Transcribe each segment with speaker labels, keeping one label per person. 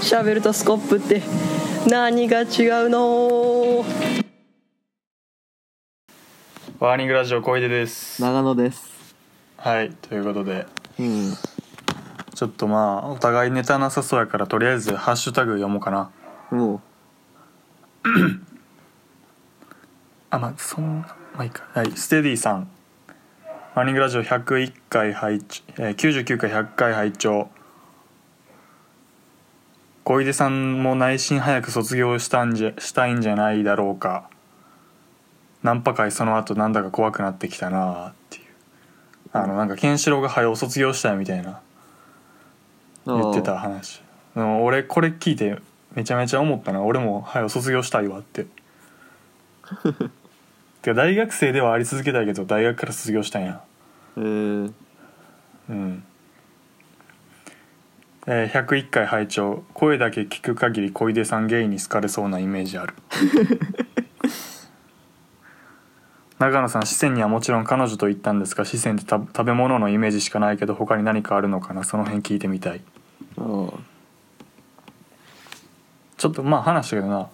Speaker 1: シャベルとスコップって何が違うの
Speaker 2: ワーニングラジオ小出です
Speaker 3: 長野です
Speaker 2: はいということで
Speaker 3: うん
Speaker 2: ちょっとまあお互いネタなさそうやからとりあえずハッシュタグ読もうかな
Speaker 3: も
Speaker 2: あまあそんなまあいいかはいステディさんワーニングラジオ101回拝聴、えー、99回100回拝聴小出さんも内心早く卒業したんじゃしたいんじゃないだろうかナンパ会その後なんだか怖くなってきたなあっていうあのなんかケンシロウが早う卒業したいみたいな
Speaker 3: う
Speaker 2: 言ってた話でも俺これ聞いてめちゃめちゃ思ったな俺も早う卒業したいわっててか大学生ではあり続けたいけど大学から卒業したいな
Speaker 3: えー、
Speaker 2: うん、えー、101回拝聴声だけ聞く限り小出さんゲイに好かれそうなイメージある長野さん四川にはもちろん彼女と行ったんですが四川ってた食べ物のイメージしかないけど他に何かあるのかなその辺聞いてみたい
Speaker 3: あ
Speaker 2: ちょっとまあ話したけどな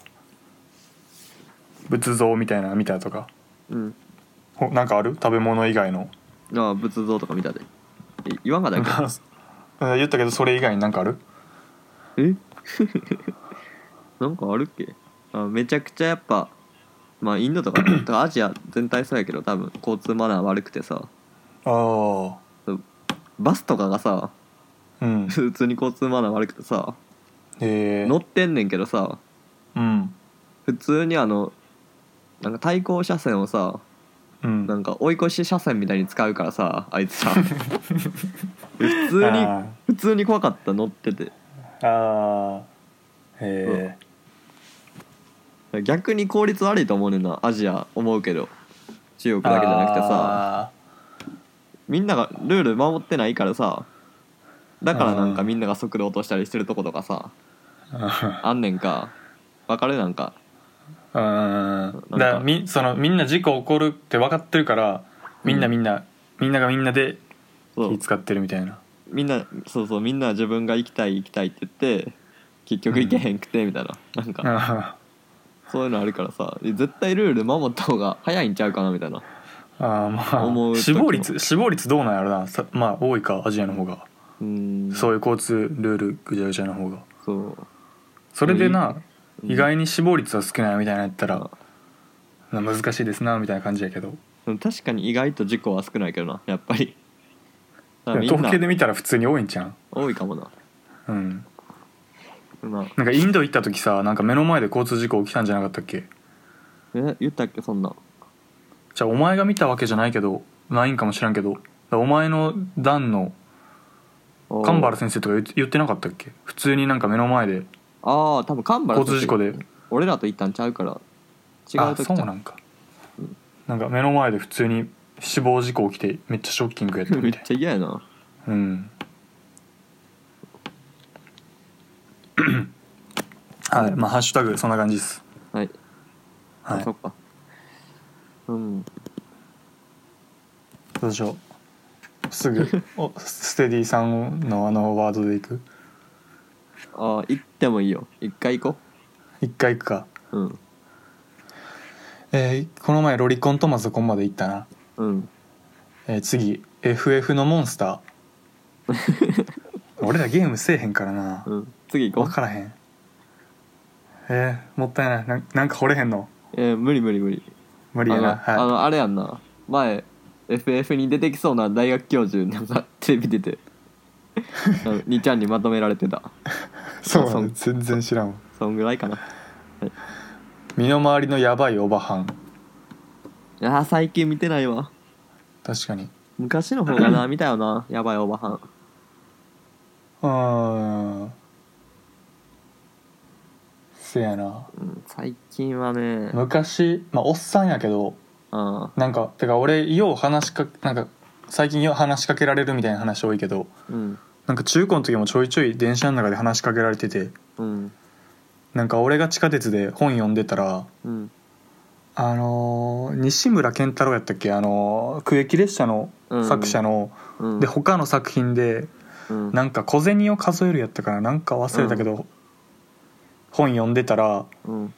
Speaker 2: 仏像みたいなの見たとか
Speaker 3: うん
Speaker 2: ほなんかある食べ物以外の
Speaker 3: ああ仏像とか見たでえ言わんかったっ
Speaker 2: うん言ったけどそれ以外になんかある
Speaker 3: けえ なんかあるっけあめちゃくちゃやっぱまあインドと かとかアジア全体そうやけど多分交通マナー悪くてさ
Speaker 2: あ
Speaker 3: バスとかがさ
Speaker 2: あうん
Speaker 3: 普通に交通マナー悪くてさ
Speaker 2: え
Speaker 3: 乗ってんねんけどさ
Speaker 2: うん
Speaker 3: 普通にあのなんか対向車線をさ
Speaker 2: うん
Speaker 3: なんか追い越し車線みたいに使うからさあいつさ普通に
Speaker 2: あ
Speaker 3: 普通に怖かった乗ってて
Speaker 2: ーあーへ
Speaker 3: 逆に効率悪いと思うねんなアジア思うけど中
Speaker 2: え
Speaker 3: 国だけじゃなくてさみんながルール守ってないからさだからなんかみんなが速度落としたりしてるとことかさ
Speaker 2: さ
Speaker 3: あんねんかわかるなんか
Speaker 2: うんだからみそのみんな事故起こるって分かってるからみんなみんな、みんながみんなで
Speaker 3: そ
Speaker 2: 気
Speaker 3: う
Speaker 2: 使ってるみたいな
Speaker 3: みんなそうそうみんな自分が行きたい行きたいって言って結局行けへんくてみたいななんか
Speaker 2: あ
Speaker 3: そういうのあるからさえ絶対ルール守った方が早いんちゃうかなみたいな
Speaker 2: ーあーまあ
Speaker 3: 思う時
Speaker 2: 死
Speaker 3: も
Speaker 2: 亡率死亡率どうなんやろなさまあ多いかアジアの方が
Speaker 3: うーん
Speaker 2: そういう交通ルールぐちゃぐちゃの方が
Speaker 3: そう
Speaker 2: それでな、
Speaker 3: うん
Speaker 2: 意外に死亡率は少ないみたいなやったらな
Speaker 3: あ、
Speaker 2: 難しいですなみたいな感じやけど
Speaker 3: でも確かに意外と事故は少ないけどなやっぱりだからみん
Speaker 2: 統
Speaker 3: な
Speaker 2: 計で見たら普通に多いんじゃん
Speaker 3: 多いかもな
Speaker 2: うん
Speaker 3: まあ
Speaker 2: なんかインド行った時さなんか目の前で交通事故起きたんじゃなかったっけ
Speaker 3: え言ったっけそんな
Speaker 2: じゃあお前が見たわけじゃないけどないんかもしらんけどだからお前の段の
Speaker 3: カ
Speaker 2: 神原先生とか言って言ってなかったっけ普通になんか目の前で
Speaker 3: ああ多分カンバラ
Speaker 2: 交通事故で
Speaker 3: 俺らと行ったんちゃうから違
Speaker 2: あ
Speaker 3: う時
Speaker 2: そう
Speaker 3: ち
Speaker 2: な
Speaker 3: ゃ
Speaker 2: んかなんか目の前で普通に死亡事故起きてめっちゃショッキングやった
Speaker 3: う め
Speaker 2: み
Speaker 3: った
Speaker 2: い
Speaker 3: ちゃ嫌やな
Speaker 2: うん。はい、まあ、ハッシュタグ、そんな感じです。
Speaker 3: はい、
Speaker 2: は
Speaker 3: あそ
Speaker 2: い。
Speaker 3: っかうん
Speaker 2: どうしよう。す ぐ、お、ステディさんのあのワードでいく。
Speaker 3: ああ行ってもいいよ一回行こ
Speaker 2: 一回行くか。
Speaker 3: ううん
Speaker 2: えーこの前ロリコンとマゾコンまで行ったな。
Speaker 3: うん
Speaker 2: えー次、FF のモンスタ ー。俺らゲームせえへんからな。
Speaker 3: うん次行
Speaker 2: わ
Speaker 3: こ
Speaker 2: からへん。えーもったいない。なんなんか掘れへんの。
Speaker 3: うえー無理無理無理
Speaker 2: 無理やな。
Speaker 3: あのあ
Speaker 2: は
Speaker 3: のあれやんな前 FF に出てきそうな大学教授なんか テレビ出てあのにちゃんにまとめられてた
Speaker 2: い。そうな
Speaker 3: そ
Speaker 2: の、
Speaker 3: う
Speaker 2: 全然知らんわ。
Speaker 3: そんぐらいかな
Speaker 2: 身の回りのやばいおばはん。
Speaker 3: あー最近見てないわ
Speaker 2: 確かに
Speaker 3: 昔の方がな見たよなやばいおばはん
Speaker 2: うんせやな
Speaker 3: うん最近はね
Speaker 2: 昔まあおっさんやけど
Speaker 3: あ
Speaker 2: なんかてか俺よう話しかなんか最近よう話しかけられるみたいな話多いけど
Speaker 3: ーうん
Speaker 2: なんか中高の時もちょいちょい電車の中で話しかけられてて
Speaker 3: うん
Speaker 2: なんか俺が地下鉄で本読んでたら
Speaker 3: うん
Speaker 2: あのー西村健太郎やったっけあのー区域列車の作者の、
Speaker 3: うん
Speaker 2: で他の作品で
Speaker 3: うん
Speaker 2: なんか小銭を数えるやったからなんか忘れたけど、本読んでたら
Speaker 3: うん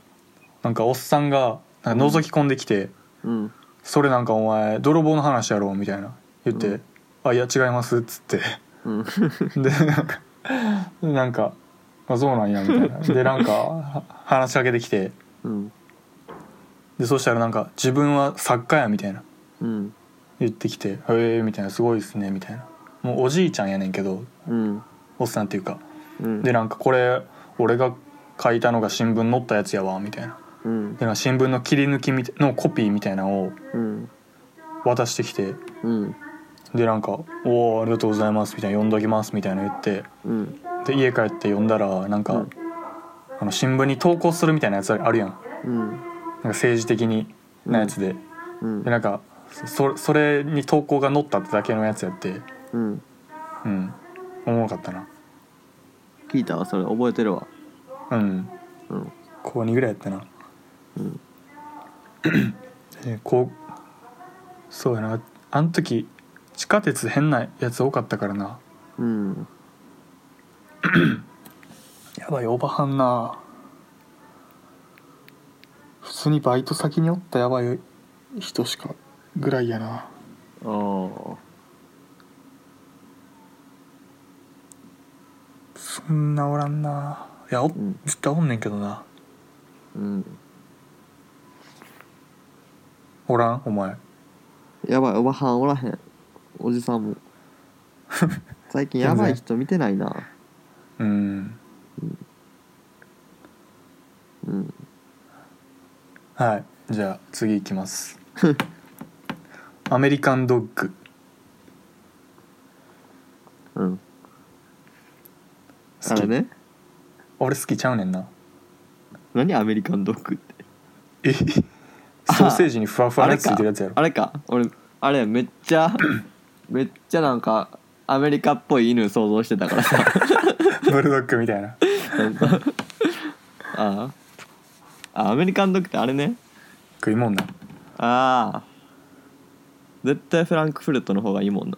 Speaker 2: なんかおっさんがなんか覗き込んできて
Speaker 3: うん
Speaker 2: 「それなんかお前泥棒の話やろ」みたいな言って「
Speaker 3: うん
Speaker 2: あいや違います」っつっ て
Speaker 3: うん
Speaker 2: でなんかなんかあそうなんやみたいなでなんかは話しかけてきて
Speaker 3: うん
Speaker 2: でそしたらなんか「自分は作家や」みたいな
Speaker 3: うん
Speaker 2: 言ってきて「へえ」みたいな「すごいですね」みたいなもうおじいちゃんやねんけど
Speaker 3: うん
Speaker 2: おっさんっていうか
Speaker 3: うん
Speaker 2: でなんかこれ俺が書いたのが新聞載ったやつやわみたいな
Speaker 3: うん
Speaker 2: でなんか新聞の切り抜きみたいのコピーみたいなのを
Speaker 3: うん
Speaker 2: 渡してきて
Speaker 3: うん
Speaker 2: でなんか「おおありがとうございます」みたいな「読んどきます」みたいなの言って
Speaker 3: うん
Speaker 2: で家帰って読んだらなんか、
Speaker 3: うん
Speaker 2: あの新聞に投稿するみたいなやつあるやんなんか
Speaker 3: うん
Speaker 2: 政治的になやつで、
Speaker 3: うん
Speaker 2: でなんかそそれに投稿が載ったってだけのやつやって
Speaker 3: うん
Speaker 2: うんおもろかったな
Speaker 3: 聞いたわそれ覚えてるわ
Speaker 2: うん
Speaker 3: うん
Speaker 2: 高2ぐらいやったな
Speaker 3: うん
Speaker 2: えこうそうやなあの時地下鉄変なやつ多かったからな
Speaker 3: うん
Speaker 2: やばいオバハンな普通にバイト先におったやばい人しかぐらいやな
Speaker 3: ああ
Speaker 2: そんなおらんないやお
Speaker 3: ん
Speaker 2: 絶対おんねんけどな
Speaker 3: うん
Speaker 2: おらんお前
Speaker 3: やばいおばはんおらへんおじ さんも最近やばい人見てないな
Speaker 2: うん
Speaker 3: うん
Speaker 2: はいじゃあ次いきます アメリカンドッグ
Speaker 3: うん
Speaker 2: 好
Speaker 3: あ
Speaker 2: き
Speaker 3: れね
Speaker 2: 俺好きちゃうねんな
Speaker 3: 何アメリカンドッグって
Speaker 2: えソーセージにふわふわ
Speaker 3: あ
Speaker 2: のや
Speaker 3: れ
Speaker 2: つつい
Speaker 3: か
Speaker 2: てるやつやろ
Speaker 3: あれか俺あれめっ ちゃめっちゃなんかアメリカっぽい犬想像してたから さ
Speaker 2: ブルドッグみたいな
Speaker 3: なんかあああアメリカンドッグってあれね
Speaker 2: 食いもんな
Speaker 3: ああ絶対フランクフルトの方がいいもんな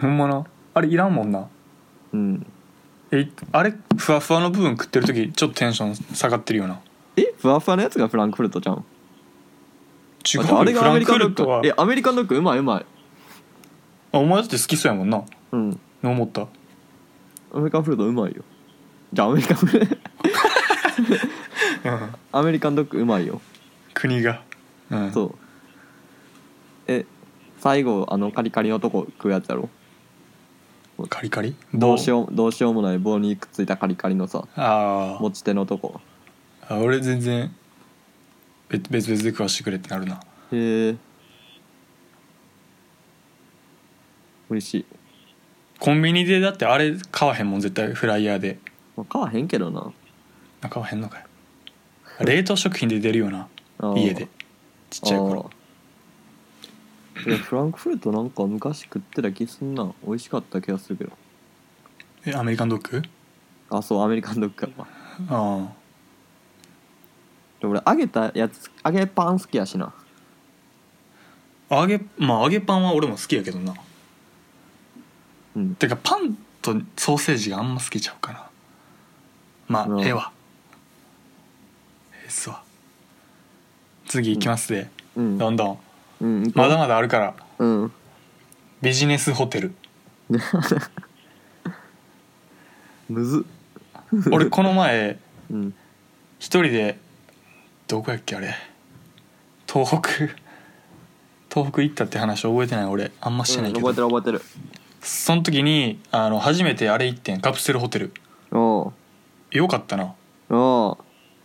Speaker 2: ほんまなあれいらんもんな
Speaker 3: うん
Speaker 2: えあれふわふわの部分食ってる時ちょっとテンション下がってるよな
Speaker 3: えふわふわのやつがフランクフルトじゃん
Speaker 2: 違う
Speaker 3: あれ
Speaker 2: よフ
Speaker 3: がア
Speaker 2: ラ
Speaker 3: メ
Speaker 2: ン
Speaker 3: リ
Speaker 2: クフ
Speaker 3: カンド
Speaker 2: ル
Speaker 3: ッ
Speaker 2: トは
Speaker 3: グえアメリカンドッグうまいうまい
Speaker 2: あお前だって好きそうやもんな
Speaker 3: うん
Speaker 2: 思った
Speaker 3: アメリカンフルトうまいよじゃあアメリカン フルトアメリカンドッグうまいよ
Speaker 2: 国がうん
Speaker 3: そうえ最後あのカリカリのとこ食うやつやろ
Speaker 2: カリカリ
Speaker 3: どうし
Speaker 2: よ
Speaker 3: ようどうしようもない棒にくっついたカリカリのさ
Speaker 2: うあー
Speaker 3: 持ち手のとこ
Speaker 2: あ俺全然別別々で食わしてくれってなるな
Speaker 3: へえ美味しい、
Speaker 2: コンビニでだってあれ買わへんもん絶対フライヤーで
Speaker 3: まあ、買わへんけどな
Speaker 2: あ買わへんのかよ冷凍食品で出るよな
Speaker 3: あー
Speaker 2: 家でちっちゃい頃
Speaker 3: あーいやフランクフルトなんか昔食ってた気すんな美味しかった気がするけど
Speaker 2: えアメリカンドッグ
Speaker 3: あそうアメリカンドッグやわ
Speaker 2: あ
Speaker 3: で俺揚げたやつ揚げパン好きやしな
Speaker 2: あ揚げまあ揚げパンは俺も好きやけどな
Speaker 3: うん
Speaker 2: てかパンとソーセージがあんま好きちゃうかなま
Speaker 3: う
Speaker 2: あ
Speaker 3: ん
Speaker 2: ええわええっすわ次行きますで、
Speaker 3: うん
Speaker 2: どんどん
Speaker 3: うん行こう
Speaker 2: まだまだあるから
Speaker 3: うん
Speaker 2: ビジネスホ テル
Speaker 3: むずっ
Speaker 2: 俺この前
Speaker 3: うん
Speaker 2: 一人でどこやっけあれ東北 東北行ったって話覚えてない俺あんましてないけど、
Speaker 3: 覚えてる覚えてる
Speaker 2: その時にあの初めてあれ行ってんカプセルホテル
Speaker 3: お
Speaker 2: よかったな
Speaker 3: うお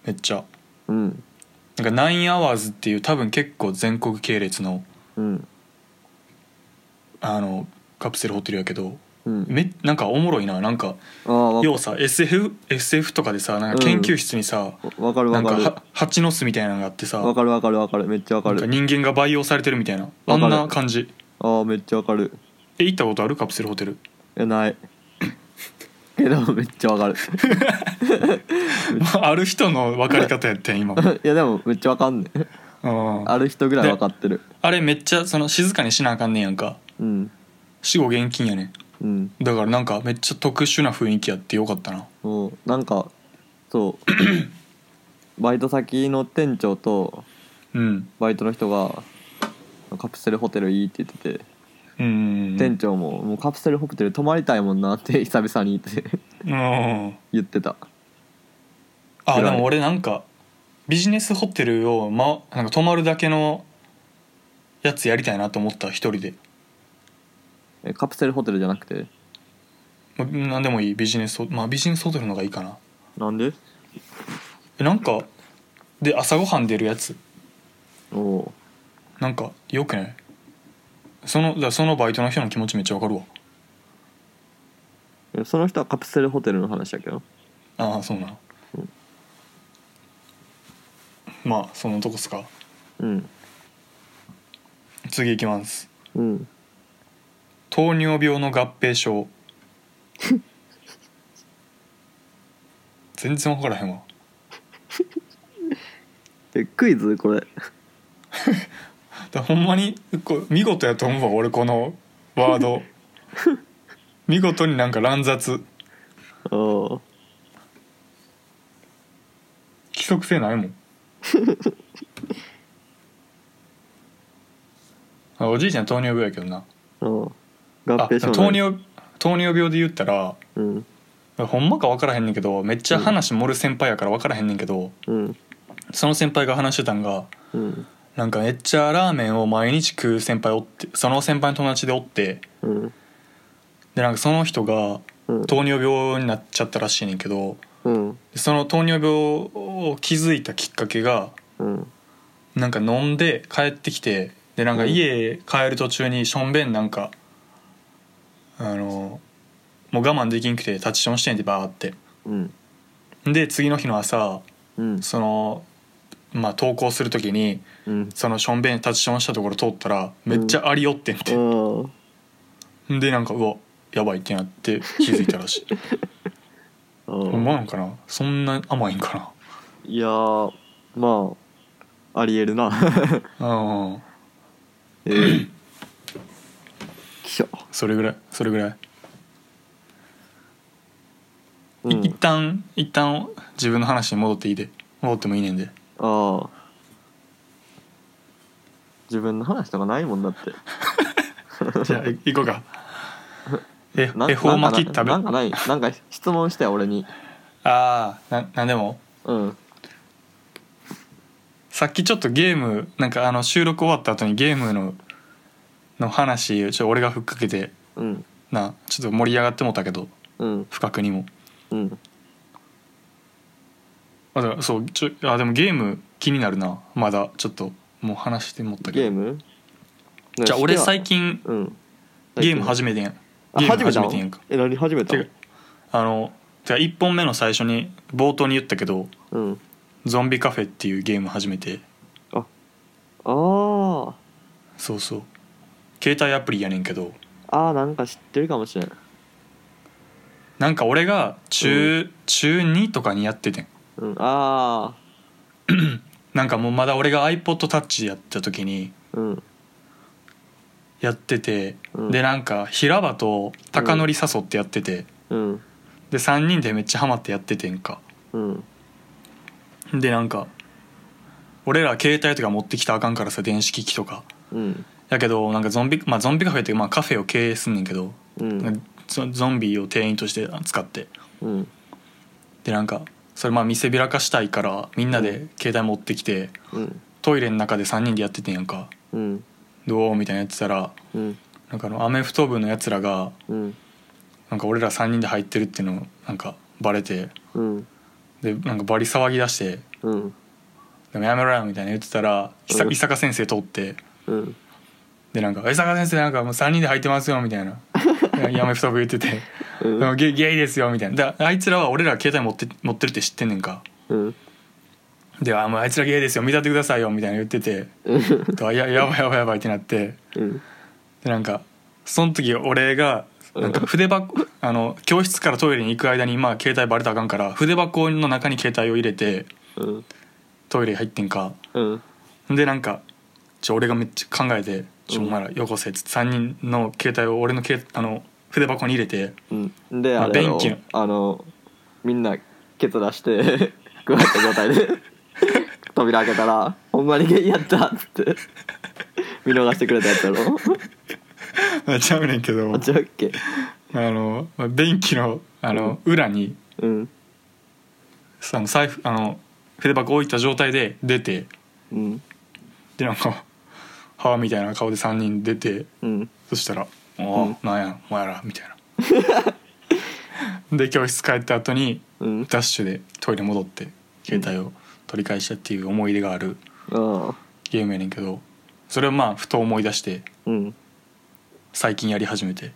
Speaker 2: めっちゃ
Speaker 3: ううん
Speaker 2: なんか9アワーズっていう多分結構全国系列の
Speaker 3: うん
Speaker 2: あのカプセルホテルやけど
Speaker 3: うん
Speaker 2: めなんかおもろいななんか
Speaker 3: ああわ
Speaker 2: 要はさ SF, SF とかでさなんか研究室にさ、
Speaker 3: わかる
Speaker 2: な
Speaker 3: わ
Speaker 2: んか
Speaker 3: かる
Speaker 2: は蜂の巣みたいなのがあってさ
Speaker 3: わかるわかるわかるめっちゃわか
Speaker 2: なんか
Speaker 3: る
Speaker 2: 人間が培養されてるみたいなあ
Speaker 3: わ
Speaker 2: ん
Speaker 3: かる
Speaker 2: な感じ
Speaker 3: ああめっちゃわかる
Speaker 2: え行ったことあるカプセルホテル
Speaker 3: いやない けどめっちゃわかる
Speaker 2: ある人の分かり方やってん今
Speaker 3: いやでもめっちゃわかんねん
Speaker 2: うん
Speaker 3: ある人ぐらいわかってる
Speaker 2: あれめっちゃその静かにしなあかんねんやんか
Speaker 3: うん
Speaker 2: 死後現金やねん
Speaker 3: うん
Speaker 2: だからなんかめっちゃ特殊な雰囲気やってよかったな
Speaker 3: もうなんかそう バイト先の店長と
Speaker 2: うん
Speaker 3: バイトの人がカプセルホテルいいって言ってて、
Speaker 2: うんうん
Speaker 3: 店長ももうカプセルホテル泊まりたいもんなって久々に言って
Speaker 2: うん
Speaker 3: 言ってた
Speaker 2: あ
Speaker 3: 偉
Speaker 2: で
Speaker 3: い
Speaker 2: も俺なんかビジネスホテルを、ま、なんか泊まるだけのやつやりたいなと思った一人で
Speaker 3: えカプセルホテルじゃなくて
Speaker 2: もう何でもいいビジネスホまあビジネスホテルの方がいいかな
Speaker 3: なんで
Speaker 2: えなんかで朝ごはん出るやつ
Speaker 3: おお
Speaker 2: なんかよくないそのだからそのバイトの人の気持ちめっちゃわかるわ
Speaker 3: うえその人はカプセルホテルの話だけど
Speaker 2: ああそうなのまあそのとこっすか
Speaker 3: うん
Speaker 2: 次いきます
Speaker 3: うん
Speaker 2: 糖尿病の合併症全然分からへんわ
Speaker 3: えクイズこれ
Speaker 2: だほんまにこう見事やと思うわ俺このワード見事になんか乱雑
Speaker 3: おお
Speaker 2: 規則性ないもんあおじいちゃん糖尿病やけどな
Speaker 3: おお
Speaker 2: あ
Speaker 3: 合併症
Speaker 2: 糖尿糖尿病で言ったら
Speaker 3: うん
Speaker 2: ほんまか分からへんねんけどめっちゃ話盛る先輩やから分からへんねんけど、
Speaker 3: うん
Speaker 2: その先輩が話してたんが
Speaker 3: うん
Speaker 2: なんかめっちゃラーメンを毎日食う先輩おってその先輩の友達でおって
Speaker 3: うん
Speaker 2: でなんかその人が
Speaker 3: うん
Speaker 2: 糖尿病になっちゃったらしいねんけど
Speaker 3: うん
Speaker 2: その糖尿病を気づいたきっかけが
Speaker 3: うん
Speaker 2: なんか飲んで帰ってきてでなんか家帰る途中にしょんべんなんかあのもう我慢できんくて立ちションしてんでバーって
Speaker 3: うん
Speaker 2: で次の日の朝
Speaker 3: うん
Speaker 2: そのまあ登校する時に
Speaker 3: うん
Speaker 2: そのしょんべん立ちションしたところ通ったらめっちゃありよってんって、
Speaker 3: お
Speaker 2: でなんかうわやばいってなって気づいたら しい
Speaker 3: お
Speaker 2: ほんまなんかなそんな甘いんか
Speaker 3: いやーまあありえる な
Speaker 2: なうん
Speaker 3: えー、きしょ、
Speaker 2: それぐらいそれぐらい、
Speaker 3: う
Speaker 2: い一
Speaker 3: ん、
Speaker 2: 旦一旦自分の話に戻っていいで戻ってもいいねんで
Speaker 3: ああ自分の話とかないもん だって
Speaker 2: じゃあい行こうかえ
Speaker 3: な
Speaker 2: 恵方巻き食べ
Speaker 3: な
Speaker 2: あ
Speaker 3: んかないなんか質問して俺に
Speaker 2: あーななんでも
Speaker 3: うん
Speaker 2: さっきちょっとゲームなんかあの収録終わった後にゲームのの話ちょ俺がふっかけて
Speaker 3: うん
Speaker 2: なちょっと盛り上がってもたけど
Speaker 3: うん
Speaker 2: 不覚にも
Speaker 3: うん
Speaker 2: あだからそうちょあでもゲーム気になるなまだちょっともう話してもったけど
Speaker 3: ゲーム
Speaker 2: じゃあ俺
Speaker 3: 最
Speaker 2: 最近
Speaker 3: うん
Speaker 2: ゲーム
Speaker 3: 始
Speaker 2: 始めてんやん
Speaker 3: あ
Speaker 2: ゲーム
Speaker 3: 始めた
Speaker 2: 始めてんやんか
Speaker 3: え何始めた
Speaker 2: て
Speaker 3: の
Speaker 2: かあのてか1本目の最初に冒頭に言ったけど
Speaker 3: うん
Speaker 2: 「ゾンビカフェ」っていうゲーム始めて
Speaker 3: あ
Speaker 2: そうそう携帯アプリやねんけど
Speaker 3: あああなんか知ってるかもしれん
Speaker 2: なんか俺が中、中2とかにやっててん
Speaker 3: うんああ
Speaker 2: なんかもうまだ俺が iPodTouch やった時に
Speaker 3: うん
Speaker 2: やってて、
Speaker 3: うん
Speaker 2: でなんか平場と高則誘ってやってて、
Speaker 3: うん
Speaker 2: で3人でめっちゃハマってやっててんか
Speaker 3: うん
Speaker 2: でなんか俺ら携帯とか持ってきたらあかんからさ電子機器とか
Speaker 3: うん
Speaker 2: やけどなんかゾンビまあゾンビカフェっていうまあカフェを経営すんねんけど、
Speaker 3: うん
Speaker 2: ゾゾンビを店員として使って
Speaker 3: うん
Speaker 2: でなんかそれまあ見せびらかしたいからみんなで携帯持ってきて
Speaker 3: うん
Speaker 2: トイレの中で3人でやっててんやんか
Speaker 3: うん
Speaker 2: どうみたいなやってたら
Speaker 3: うん
Speaker 2: なんかあのアメフト部のやつらが
Speaker 3: うん
Speaker 2: なんか俺ら3人で入ってるっていうのなんかバレて
Speaker 3: うん
Speaker 2: でなんかバリ騒ぎ出して
Speaker 3: うん
Speaker 2: 「でもやめろよ」みたいな言ってたら伊
Speaker 3: う
Speaker 2: 坂
Speaker 3: ん
Speaker 2: 伊坂先生通って
Speaker 3: うん
Speaker 2: でなんか「伊坂先生なんかもう3人で入ってますよ」みた いな「やめ不足言ってて
Speaker 3: う
Speaker 2: で
Speaker 3: ん
Speaker 2: もゲゲイですよ」みたいなであいつらは俺ら携帯持って持ってるって知ってんねんか
Speaker 3: うん
Speaker 2: で「あもうあいつらゲイですよ見立ててくださいよ」みたいな言ってて「あややばいやばいやばい」ってなって
Speaker 3: うん
Speaker 2: でなんかその時俺がなんか筆箱あの教室からトイレに行く間にまあ携帯バレたらあかんから筆箱の中に携帯を入れて
Speaker 3: うん
Speaker 2: トイレ入ってんか
Speaker 3: うん
Speaker 2: でなんかちょ俺がめっちゃ考えて「ちょ
Speaker 3: う
Speaker 2: お
Speaker 3: ん
Speaker 2: 前らよこせ」っつって3人の携帯を俺のけあの筆箱に入れて
Speaker 3: うんで
Speaker 2: まあ
Speaker 3: あれやろ
Speaker 2: 便器の
Speaker 3: あのみんなケツ出して食われた状態で扉開けたら「ほんまにゲイやった」っつって見逃してくれたやつやろ
Speaker 2: あちゃうねんけど
Speaker 3: あ違うっけ
Speaker 2: あのまあ便器のあの裏に
Speaker 3: うん
Speaker 2: その財布あの筆箱置いた状態で出て
Speaker 3: うん
Speaker 2: でなんか「はあ」みたいな顔で3人出て
Speaker 3: うん
Speaker 2: そしたら「おお、
Speaker 3: うん
Speaker 2: なんやお前ら」みたいなで教室帰った後に
Speaker 3: うん
Speaker 2: ダッシュでトイレ戻って携帯を取り返したっていう思い出がある
Speaker 3: ああ
Speaker 2: ゲームやねんけどそれをまあふと思い出して
Speaker 3: うん
Speaker 2: 最近やり始めてっ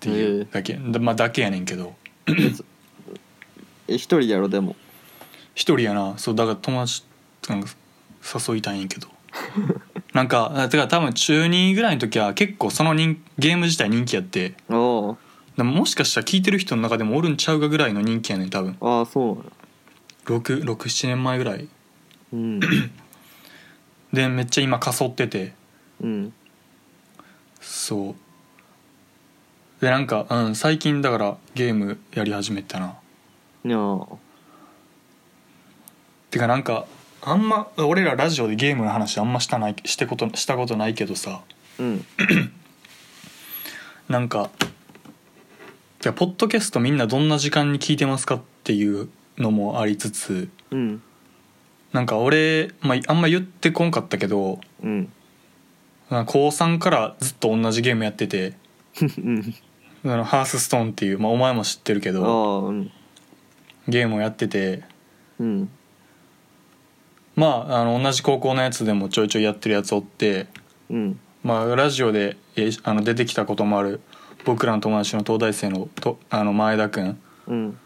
Speaker 2: ていうだけ、だまあだけやねんけど
Speaker 3: え一人やろでも
Speaker 2: 一人やなそうだから友達となんか誘いたいんやけどなんかあてか多分中2ぐらいの時は結構その人ゲーム自体人気やってで
Speaker 3: あ
Speaker 2: ももしかしたら聞いてる人の中でもおるんちゃうかぐらいの人気やねん多分
Speaker 3: あああそうなの
Speaker 2: 667年前ぐらい
Speaker 3: うん
Speaker 2: でめっちゃ今かそってて
Speaker 3: うん
Speaker 2: そうでなんか、うん、最近だからゲームやり始めたない
Speaker 3: やー
Speaker 2: てかなんかあんま俺らラジオでゲームの話あんましたないしてことしたことないけどさ
Speaker 3: うん
Speaker 2: なんかいやポッドキャストみんなどんな時間に聞いてますかっていうのもありつつ
Speaker 3: うん
Speaker 2: なんか俺、まあ、あんま言ってこんかったけど
Speaker 3: うん
Speaker 2: なんか高3からずっと同じゲームやってて
Speaker 3: うん
Speaker 2: あのハースストーンっていう、まあ、お前も知ってるけ
Speaker 3: あ
Speaker 2: ど
Speaker 3: あうん
Speaker 2: ゲームをやってて
Speaker 3: うん
Speaker 2: まああの同じ高校のやつでもちょいちょいやってるやつおって
Speaker 3: うん
Speaker 2: まあ、ラジオで、えーあの出てきたこともある僕らの友達の東大生のとあの前田君
Speaker 3: うん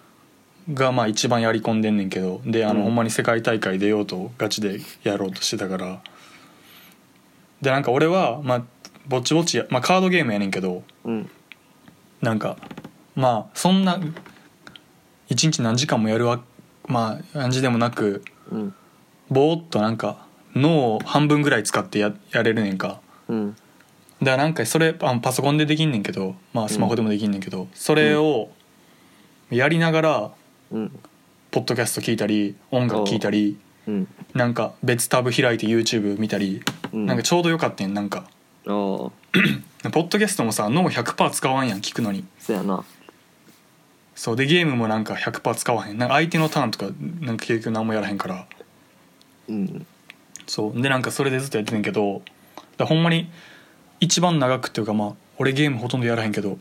Speaker 2: がまあ一番やり込んでんねんけどであの、
Speaker 3: うん
Speaker 2: ほんまに世界大会出ようとガチでやろうとしてたからでなんか俺は、まあ、ぼちぼちや、まあ、カードゲームやねんけど
Speaker 3: うん
Speaker 2: なんかまあそんな一日何時間もやるわまあ感じでもなく
Speaker 3: うん
Speaker 2: ぼーっとなんか脳を半分ぐらい使ってややれるねんか。
Speaker 3: うん
Speaker 2: だからなんかそれあのパソコンでできんねんけど、まあ、スマホでもできんねんけど、それをやりながら
Speaker 3: うん
Speaker 2: ポッドキャスト聞いたり音楽聞いたり
Speaker 3: うん
Speaker 2: なんか別タブ開いて YouTube 見たり、
Speaker 3: うん
Speaker 2: なんかちょうどよかったんなんか
Speaker 3: ああ
Speaker 2: ポッドキャストもさ脳100%使わんやん聞くのに
Speaker 3: そやな
Speaker 2: そうでゲームもなんか100%使わへんなんか相手のターンとかなんか結局何もやらへんから
Speaker 3: うん
Speaker 2: そうでなんかそれでずっとやってんけどだからほんまに一番長くっていうかまあ俺ゲームほとんどやらへんけど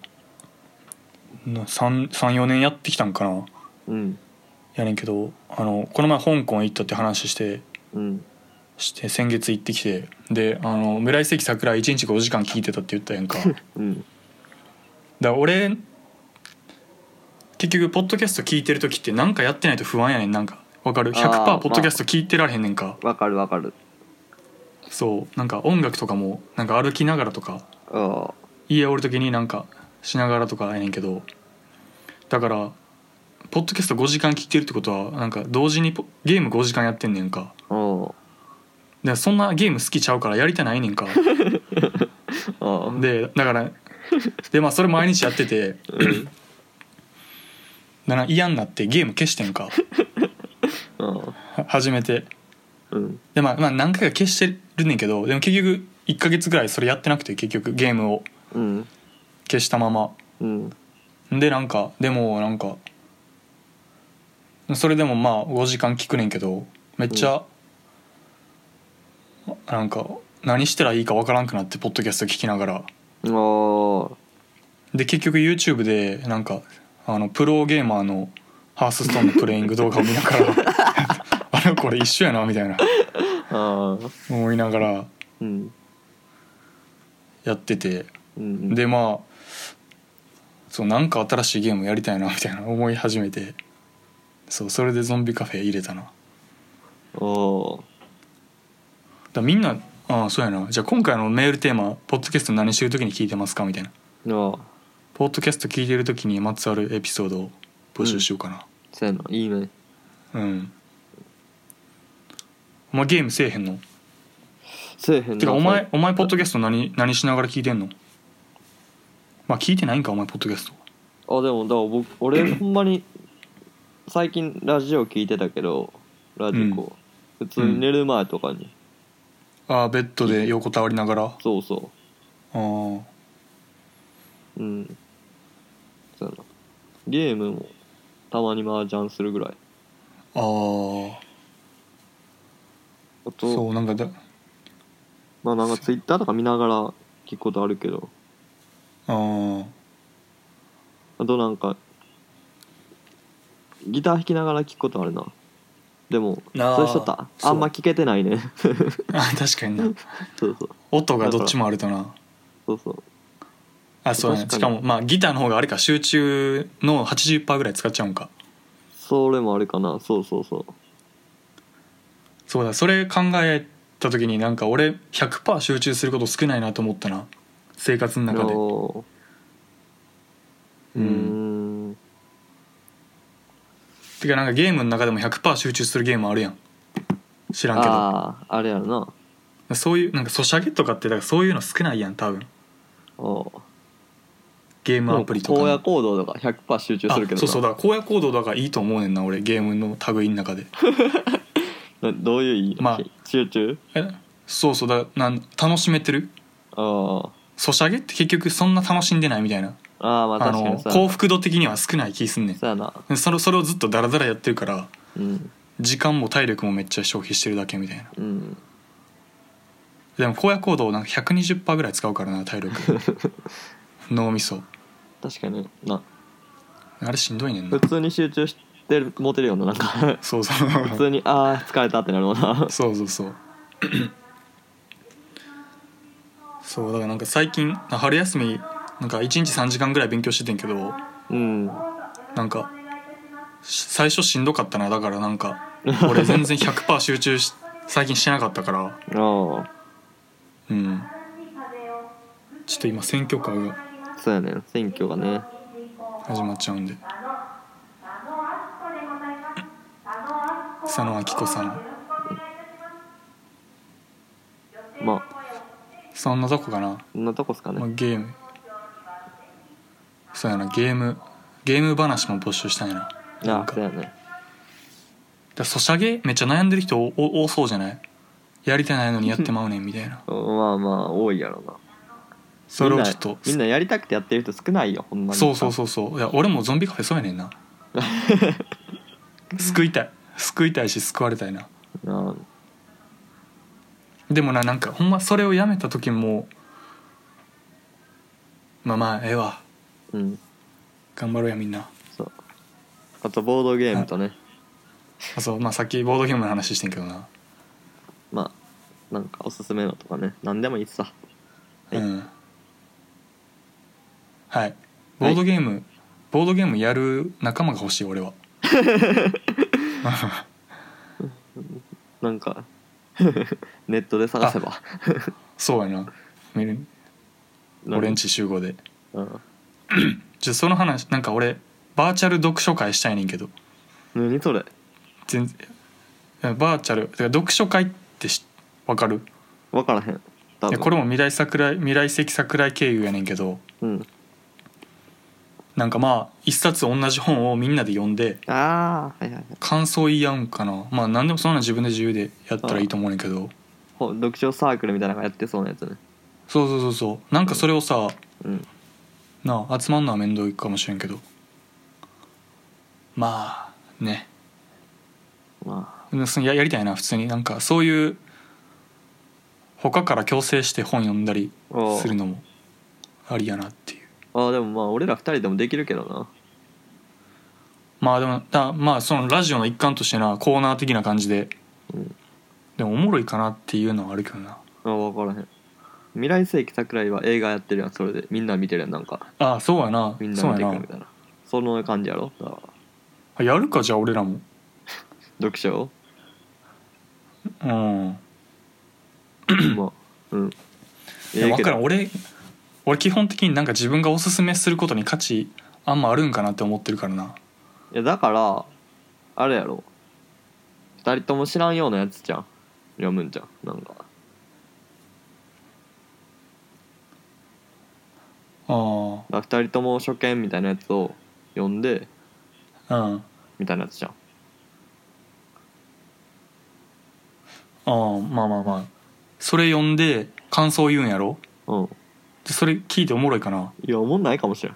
Speaker 2: 34年やってきたんかな
Speaker 3: うん
Speaker 2: やねんけどあのこの前香港行ったって話して
Speaker 3: うん
Speaker 2: して先月行ってきてであの村井関桜井1日5時間聞いてたって言ったやんかだか
Speaker 3: うん
Speaker 2: ら俺結局ポッドキャスト聞いてる時ってなんかやってないと不安やねんなんかわかる
Speaker 3: あーま
Speaker 2: 100%
Speaker 3: あ
Speaker 2: ポッドキャスト聞いてられへんねんか、
Speaker 3: わかるわかる
Speaker 2: そうなんか音楽とかもなんか歩きながらとか
Speaker 3: ああ
Speaker 2: 家おる時になんかしながらとかやねんけどだからポッドキャスト5時間聞いてるってことはなんか同時にポゲーム5時間やってんねんか
Speaker 3: あ
Speaker 2: でそんなゲーム好きちゃうからやりたないねん か
Speaker 3: ああ
Speaker 2: でだからでまあそれ毎日やっててだから嫌になってゲーム消してんか
Speaker 3: あ
Speaker 2: は初めて
Speaker 3: うん
Speaker 2: でまあ、まあ、何回か消してるねんけどでも結局1ヶ月ぐらいそれやってなくて結局ゲームを
Speaker 3: うん
Speaker 2: 消したまま
Speaker 3: うん
Speaker 2: でなんかでもなんかそれでもまあ5時間聞くねんけどめっちゃ、なんか何したらいいかわからんくなってポッドキャスト聞きながら
Speaker 3: ああ
Speaker 2: で結局 YouTube でなんかあのプロゲーマーのハースストーンのプレイング動画を見ながら あれこれ一緒やなみたいな
Speaker 3: ああ
Speaker 2: 思いながら
Speaker 3: うん
Speaker 2: やってて
Speaker 3: うん
Speaker 2: でまあそうなんか新しいゲームやりたいなみたいな思い始めてそうそれでゾンビカフェ入れたなだか
Speaker 3: ああ
Speaker 2: らみんなああそうやなじゃあ今回のメールテーマ「ポッドキャスト何してる時に聞いてますか?」みたいな
Speaker 3: ああ
Speaker 2: ポッドキャスト聞いてる時にまつわるエピソードを募集しようかな
Speaker 3: そうやないいね
Speaker 2: うん、お前ゲームせえへんの
Speaker 3: せえへん
Speaker 2: てかお前お前ポッドキャスト何何しながら聞いてんのまあ聞いてないんかお前ポッドキャスト
Speaker 3: あでもだから僕俺ほんまに最近ラジオ聞いてたけどラジコ、普通に寝る前とかに、
Speaker 2: あーベッドで横たわりながらあ
Speaker 3: そうそ
Speaker 2: ー
Speaker 3: ううんそうやなゲームもたまに麻雀するぐらい
Speaker 2: あー
Speaker 3: あと
Speaker 2: そうなんかだ
Speaker 3: まあなんかツイッターとか見ながら聞くことあるけど
Speaker 2: あー
Speaker 3: あとなんかギター弾きながら聞くことあるなでも
Speaker 2: あー
Speaker 3: そうしとった
Speaker 2: そう
Speaker 3: あんま聞けてないね
Speaker 2: あ確かにな
Speaker 3: そうそう
Speaker 2: 音がどっちもあるとな
Speaker 3: そうそう
Speaker 2: あそうね
Speaker 3: 確かに
Speaker 2: しかもまあギターの方があれか集中の80%ぐらい使っちゃうんか
Speaker 3: それもあれかなそうそうそう
Speaker 2: そうだそれ考えた時になんか俺100%集中すること少ないなと思ったな生活の中で
Speaker 3: おーう
Speaker 2: う
Speaker 3: ー
Speaker 2: ん
Speaker 3: ん
Speaker 2: てかなんかゲームの中でも100%集中するゲームあるやん知らんけど
Speaker 3: あああれやろな
Speaker 2: そういうなんかソシャゲとかってだからそういうの少ないやん多分
Speaker 3: おー
Speaker 2: ゲームアプリとか
Speaker 3: 荒
Speaker 2: の
Speaker 3: 野行動とか100%集中するけ
Speaker 2: あ
Speaker 3: どな
Speaker 2: そうそうだから荒野行動だからいいと思うねんな俺ゲームの類の中で
Speaker 3: などういう意味、
Speaker 2: ま
Speaker 3: 集中
Speaker 2: えそうそうだなん楽しめてる
Speaker 3: あー
Speaker 2: ソシャゲって結局そんな楽しんでないみたいな
Speaker 3: あーまあ
Speaker 2: あ
Speaker 3: 確か
Speaker 2: の
Speaker 3: にそうや
Speaker 2: 幸
Speaker 3: な
Speaker 2: 福度的には少ない気すんねん
Speaker 3: そうやな
Speaker 2: それそれをずっとダラダラやってるから
Speaker 3: うん
Speaker 2: 時間も体力もめっちゃ消費してるだけみたいな
Speaker 3: うん
Speaker 2: でも荒野行動なんか120%ぐらい使うからな体 力脳みそ
Speaker 3: 確かにな
Speaker 2: あれしんどいねん
Speaker 3: 普
Speaker 2: な
Speaker 3: 通に集中してるモテるよなな んか
Speaker 2: そうそう
Speaker 3: 普通にああ疲れたってなるもんな
Speaker 2: そうそうそうそうだからなんか最近春休みなんか1日3時間ぐらい勉強しててんけど
Speaker 3: うん
Speaker 2: なんかし最初しんどかったなだからなんか俺全然100%集中し最近してなかったから
Speaker 3: ああ
Speaker 2: うんちょっと今選挙カーが
Speaker 3: そうやねん選挙がね
Speaker 2: 始まっちゃうんで佐野明子さん
Speaker 3: まあ
Speaker 2: そんなとこかな、
Speaker 3: そんなとこっすかね、
Speaker 2: まあ、ゲームそうやなゲームゲーム話も募集したいなな
Speaker 3: あ
Speaker 2: ん
Speaker 3: あ
Speaker 2: か
Speaker 3: そうやね
Speaker 2: だソシャゲめっちゃ悩んでる人おお多そうじゃないやりたないのにやってまうねんみたいな
Speaker 3: うんまあまあ多いやろな
Speaker 2: それをちょっと
Speaker 3: みんなみんなやりたくてやってる人少ないよほんまに
Speaker 2: そうそうそうそういや俺もゾンビカフェそうやねん な救いたい救いたいし救われたいな
Speaker 3: うあ
Speaker 2: でもななんかほんまそれをやめた時もまあまあええわ
Speaker 3: うん
Speaker 2: 頑張ろうやみんな
Speaker 3: そうあとボードゲームとね
Speaker 2: あそうまあさっきボードゲームの話してんけどな、
Speaker 3: まあなんかおすすめのとかね何でもいいっすわはい
Speaker 2: うんはいボードゲーム、ボードゲームやる仲間が欲しい俺 は
Speaker 3: なんか ネットで探せば
Speaker 2: そうやなみる俺 んち集合で
Speaker 3: うん
Speaker 2: じゃあその話なんか俺バーチャル読書会したいねんけど
Speaker 3: 何それ
Speaker 2: 全然いやバーチャルてか読書会ってしわかる
Speaker 3: 分からへん多
Speaker 2: いや
Speaker 3: 分
Speaker 2: これも未来桜井未来石桜井経由やねんけど
Speaker 3: うん
Speaker 2: なんかまあ一冊同じ本をみんなで読んで
Speaker 3: ああはいはいはい
Speaker 2: 感想言い合うんかなまあ何でもそんなん自分で自由でやったらいいと思うねんけど
Speaker 3: ほ読書サークルみたいなのがやってそうなやつね
Speaker 2: そうそうそうそうなんかそれをさ
Speaker 3: うん
Speaker 2: なあ集まんのは面倒いかもしれんけどまあね
Speaker 3: ま
Speaker 2: うんそのややりたいな普通になんかそういう他から強制して本読んだり
Speaker 3: あおう
Speaker 2: するのもありやなっていう
Speaker 3: あーでもまあ俺ら二人でもできるけどな
Speaker 2: まあでもだまあそのラジオの一環としてなコーナー的な感じで、
Speaker 3: うん
Speaker 2: でもおもろいかなっていうのはあるけどな
Speaker 3: あー分からへん未来世紀桜井は映画やってるやんそれでみんな見てるやんなんか
Speaker 2: ああそうやな
Speaker 3: みん
Speaker 2: そ
Speaker 3: な
Speaker 2: う
Speaker 3: 見て
Speaker 2: や
Speaker 3: くるみ
Speaker 2: な
Speaker 3: たいなその感じやろだから
Speaker 2: あやるかじゃあ俺らも
Speaker 3: 読書を
Speaker 2: うん
Speaker 3: まあうん
Speaker 2: いや
Speaker 3: ええ
Speaker 2: 分
Speaker 3: け
Speaker 2: か
Speaker 3: ど
Speaker 2: らん俺俺基本的になんか自分がおすすめすることに価値あんまあるんかなって思ってるからない
Speaker 3: やだからあれやろ二人とも知らんようなやつじゃん読むんじゃんなんか
Speaker 2: あ
Speaker 3: だから二人とも初見みたいなやつを読んで
Speaker 2: あうん
Speaker 3: みたいなやつじゃん
Speaker 2: ああまあまあまあそれ読んで感想言うんやろ
Speaker 3: うん
Speaker 2: でそれ聞いておもろいかない
Speaker 3: やおもんないかもしれん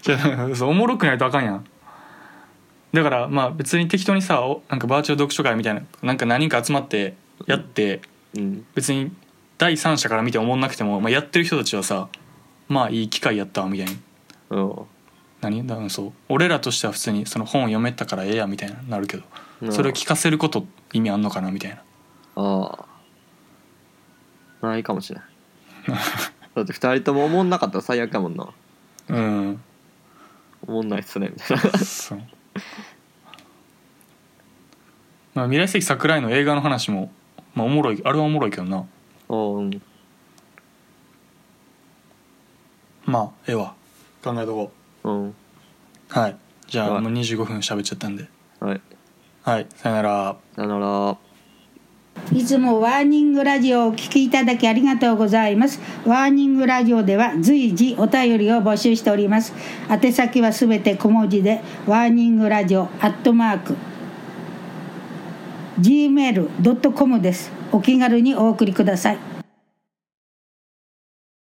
Speaker 2: じゃあ そうおもろくないとあかんやんだからまあ別に適当にさおなんかバーチャル読書会みたいななんか何人か集まってやって、
Speaker 3: うん
Speaker 2: 別に第三者から見て思んなくても、まあ、やってる人たちはさまあいい機会やったわみたいに
Speaker 3: うん
Speaker 2: 何だからそう俺らとしては普通にその本読めたからええやみたいななるけど、
Speaker 3: うん
Speaker 2: それを聞かせること意味あんのかなみたいな
Speaker 3: ああないかもしれん だって2人ともおもんなかったら最悪やもんな
Speaker 2: うん
Speaker 3: おもんないっすねみたいな
Speaker 2: そうまあ未来世紀桜井の映画の話も、まあ、おもろいあれはおもろいけどな
Speaker 3: おうん
Speaker 2: まあええわ考えとこ
Speaker 3: うん
Speaker 2: うはいじゃ
Speaker 3: は
Speaker 2: あ
Speaker 3: い
Speaker 2: もう25分喋っちゃったんで
Speaker 3: はい
Speaker 2: はいさよなら
Speaker 3: さよなら
Speaker 4: いつもワーニングラジオをお聞きいただきありがとうございます。ワーニングラジオでは随時お便りを募集しております。宛先はすべて小文字で、ワーニングラジオアットマーク、gmail.com です。お気軽にお送りください。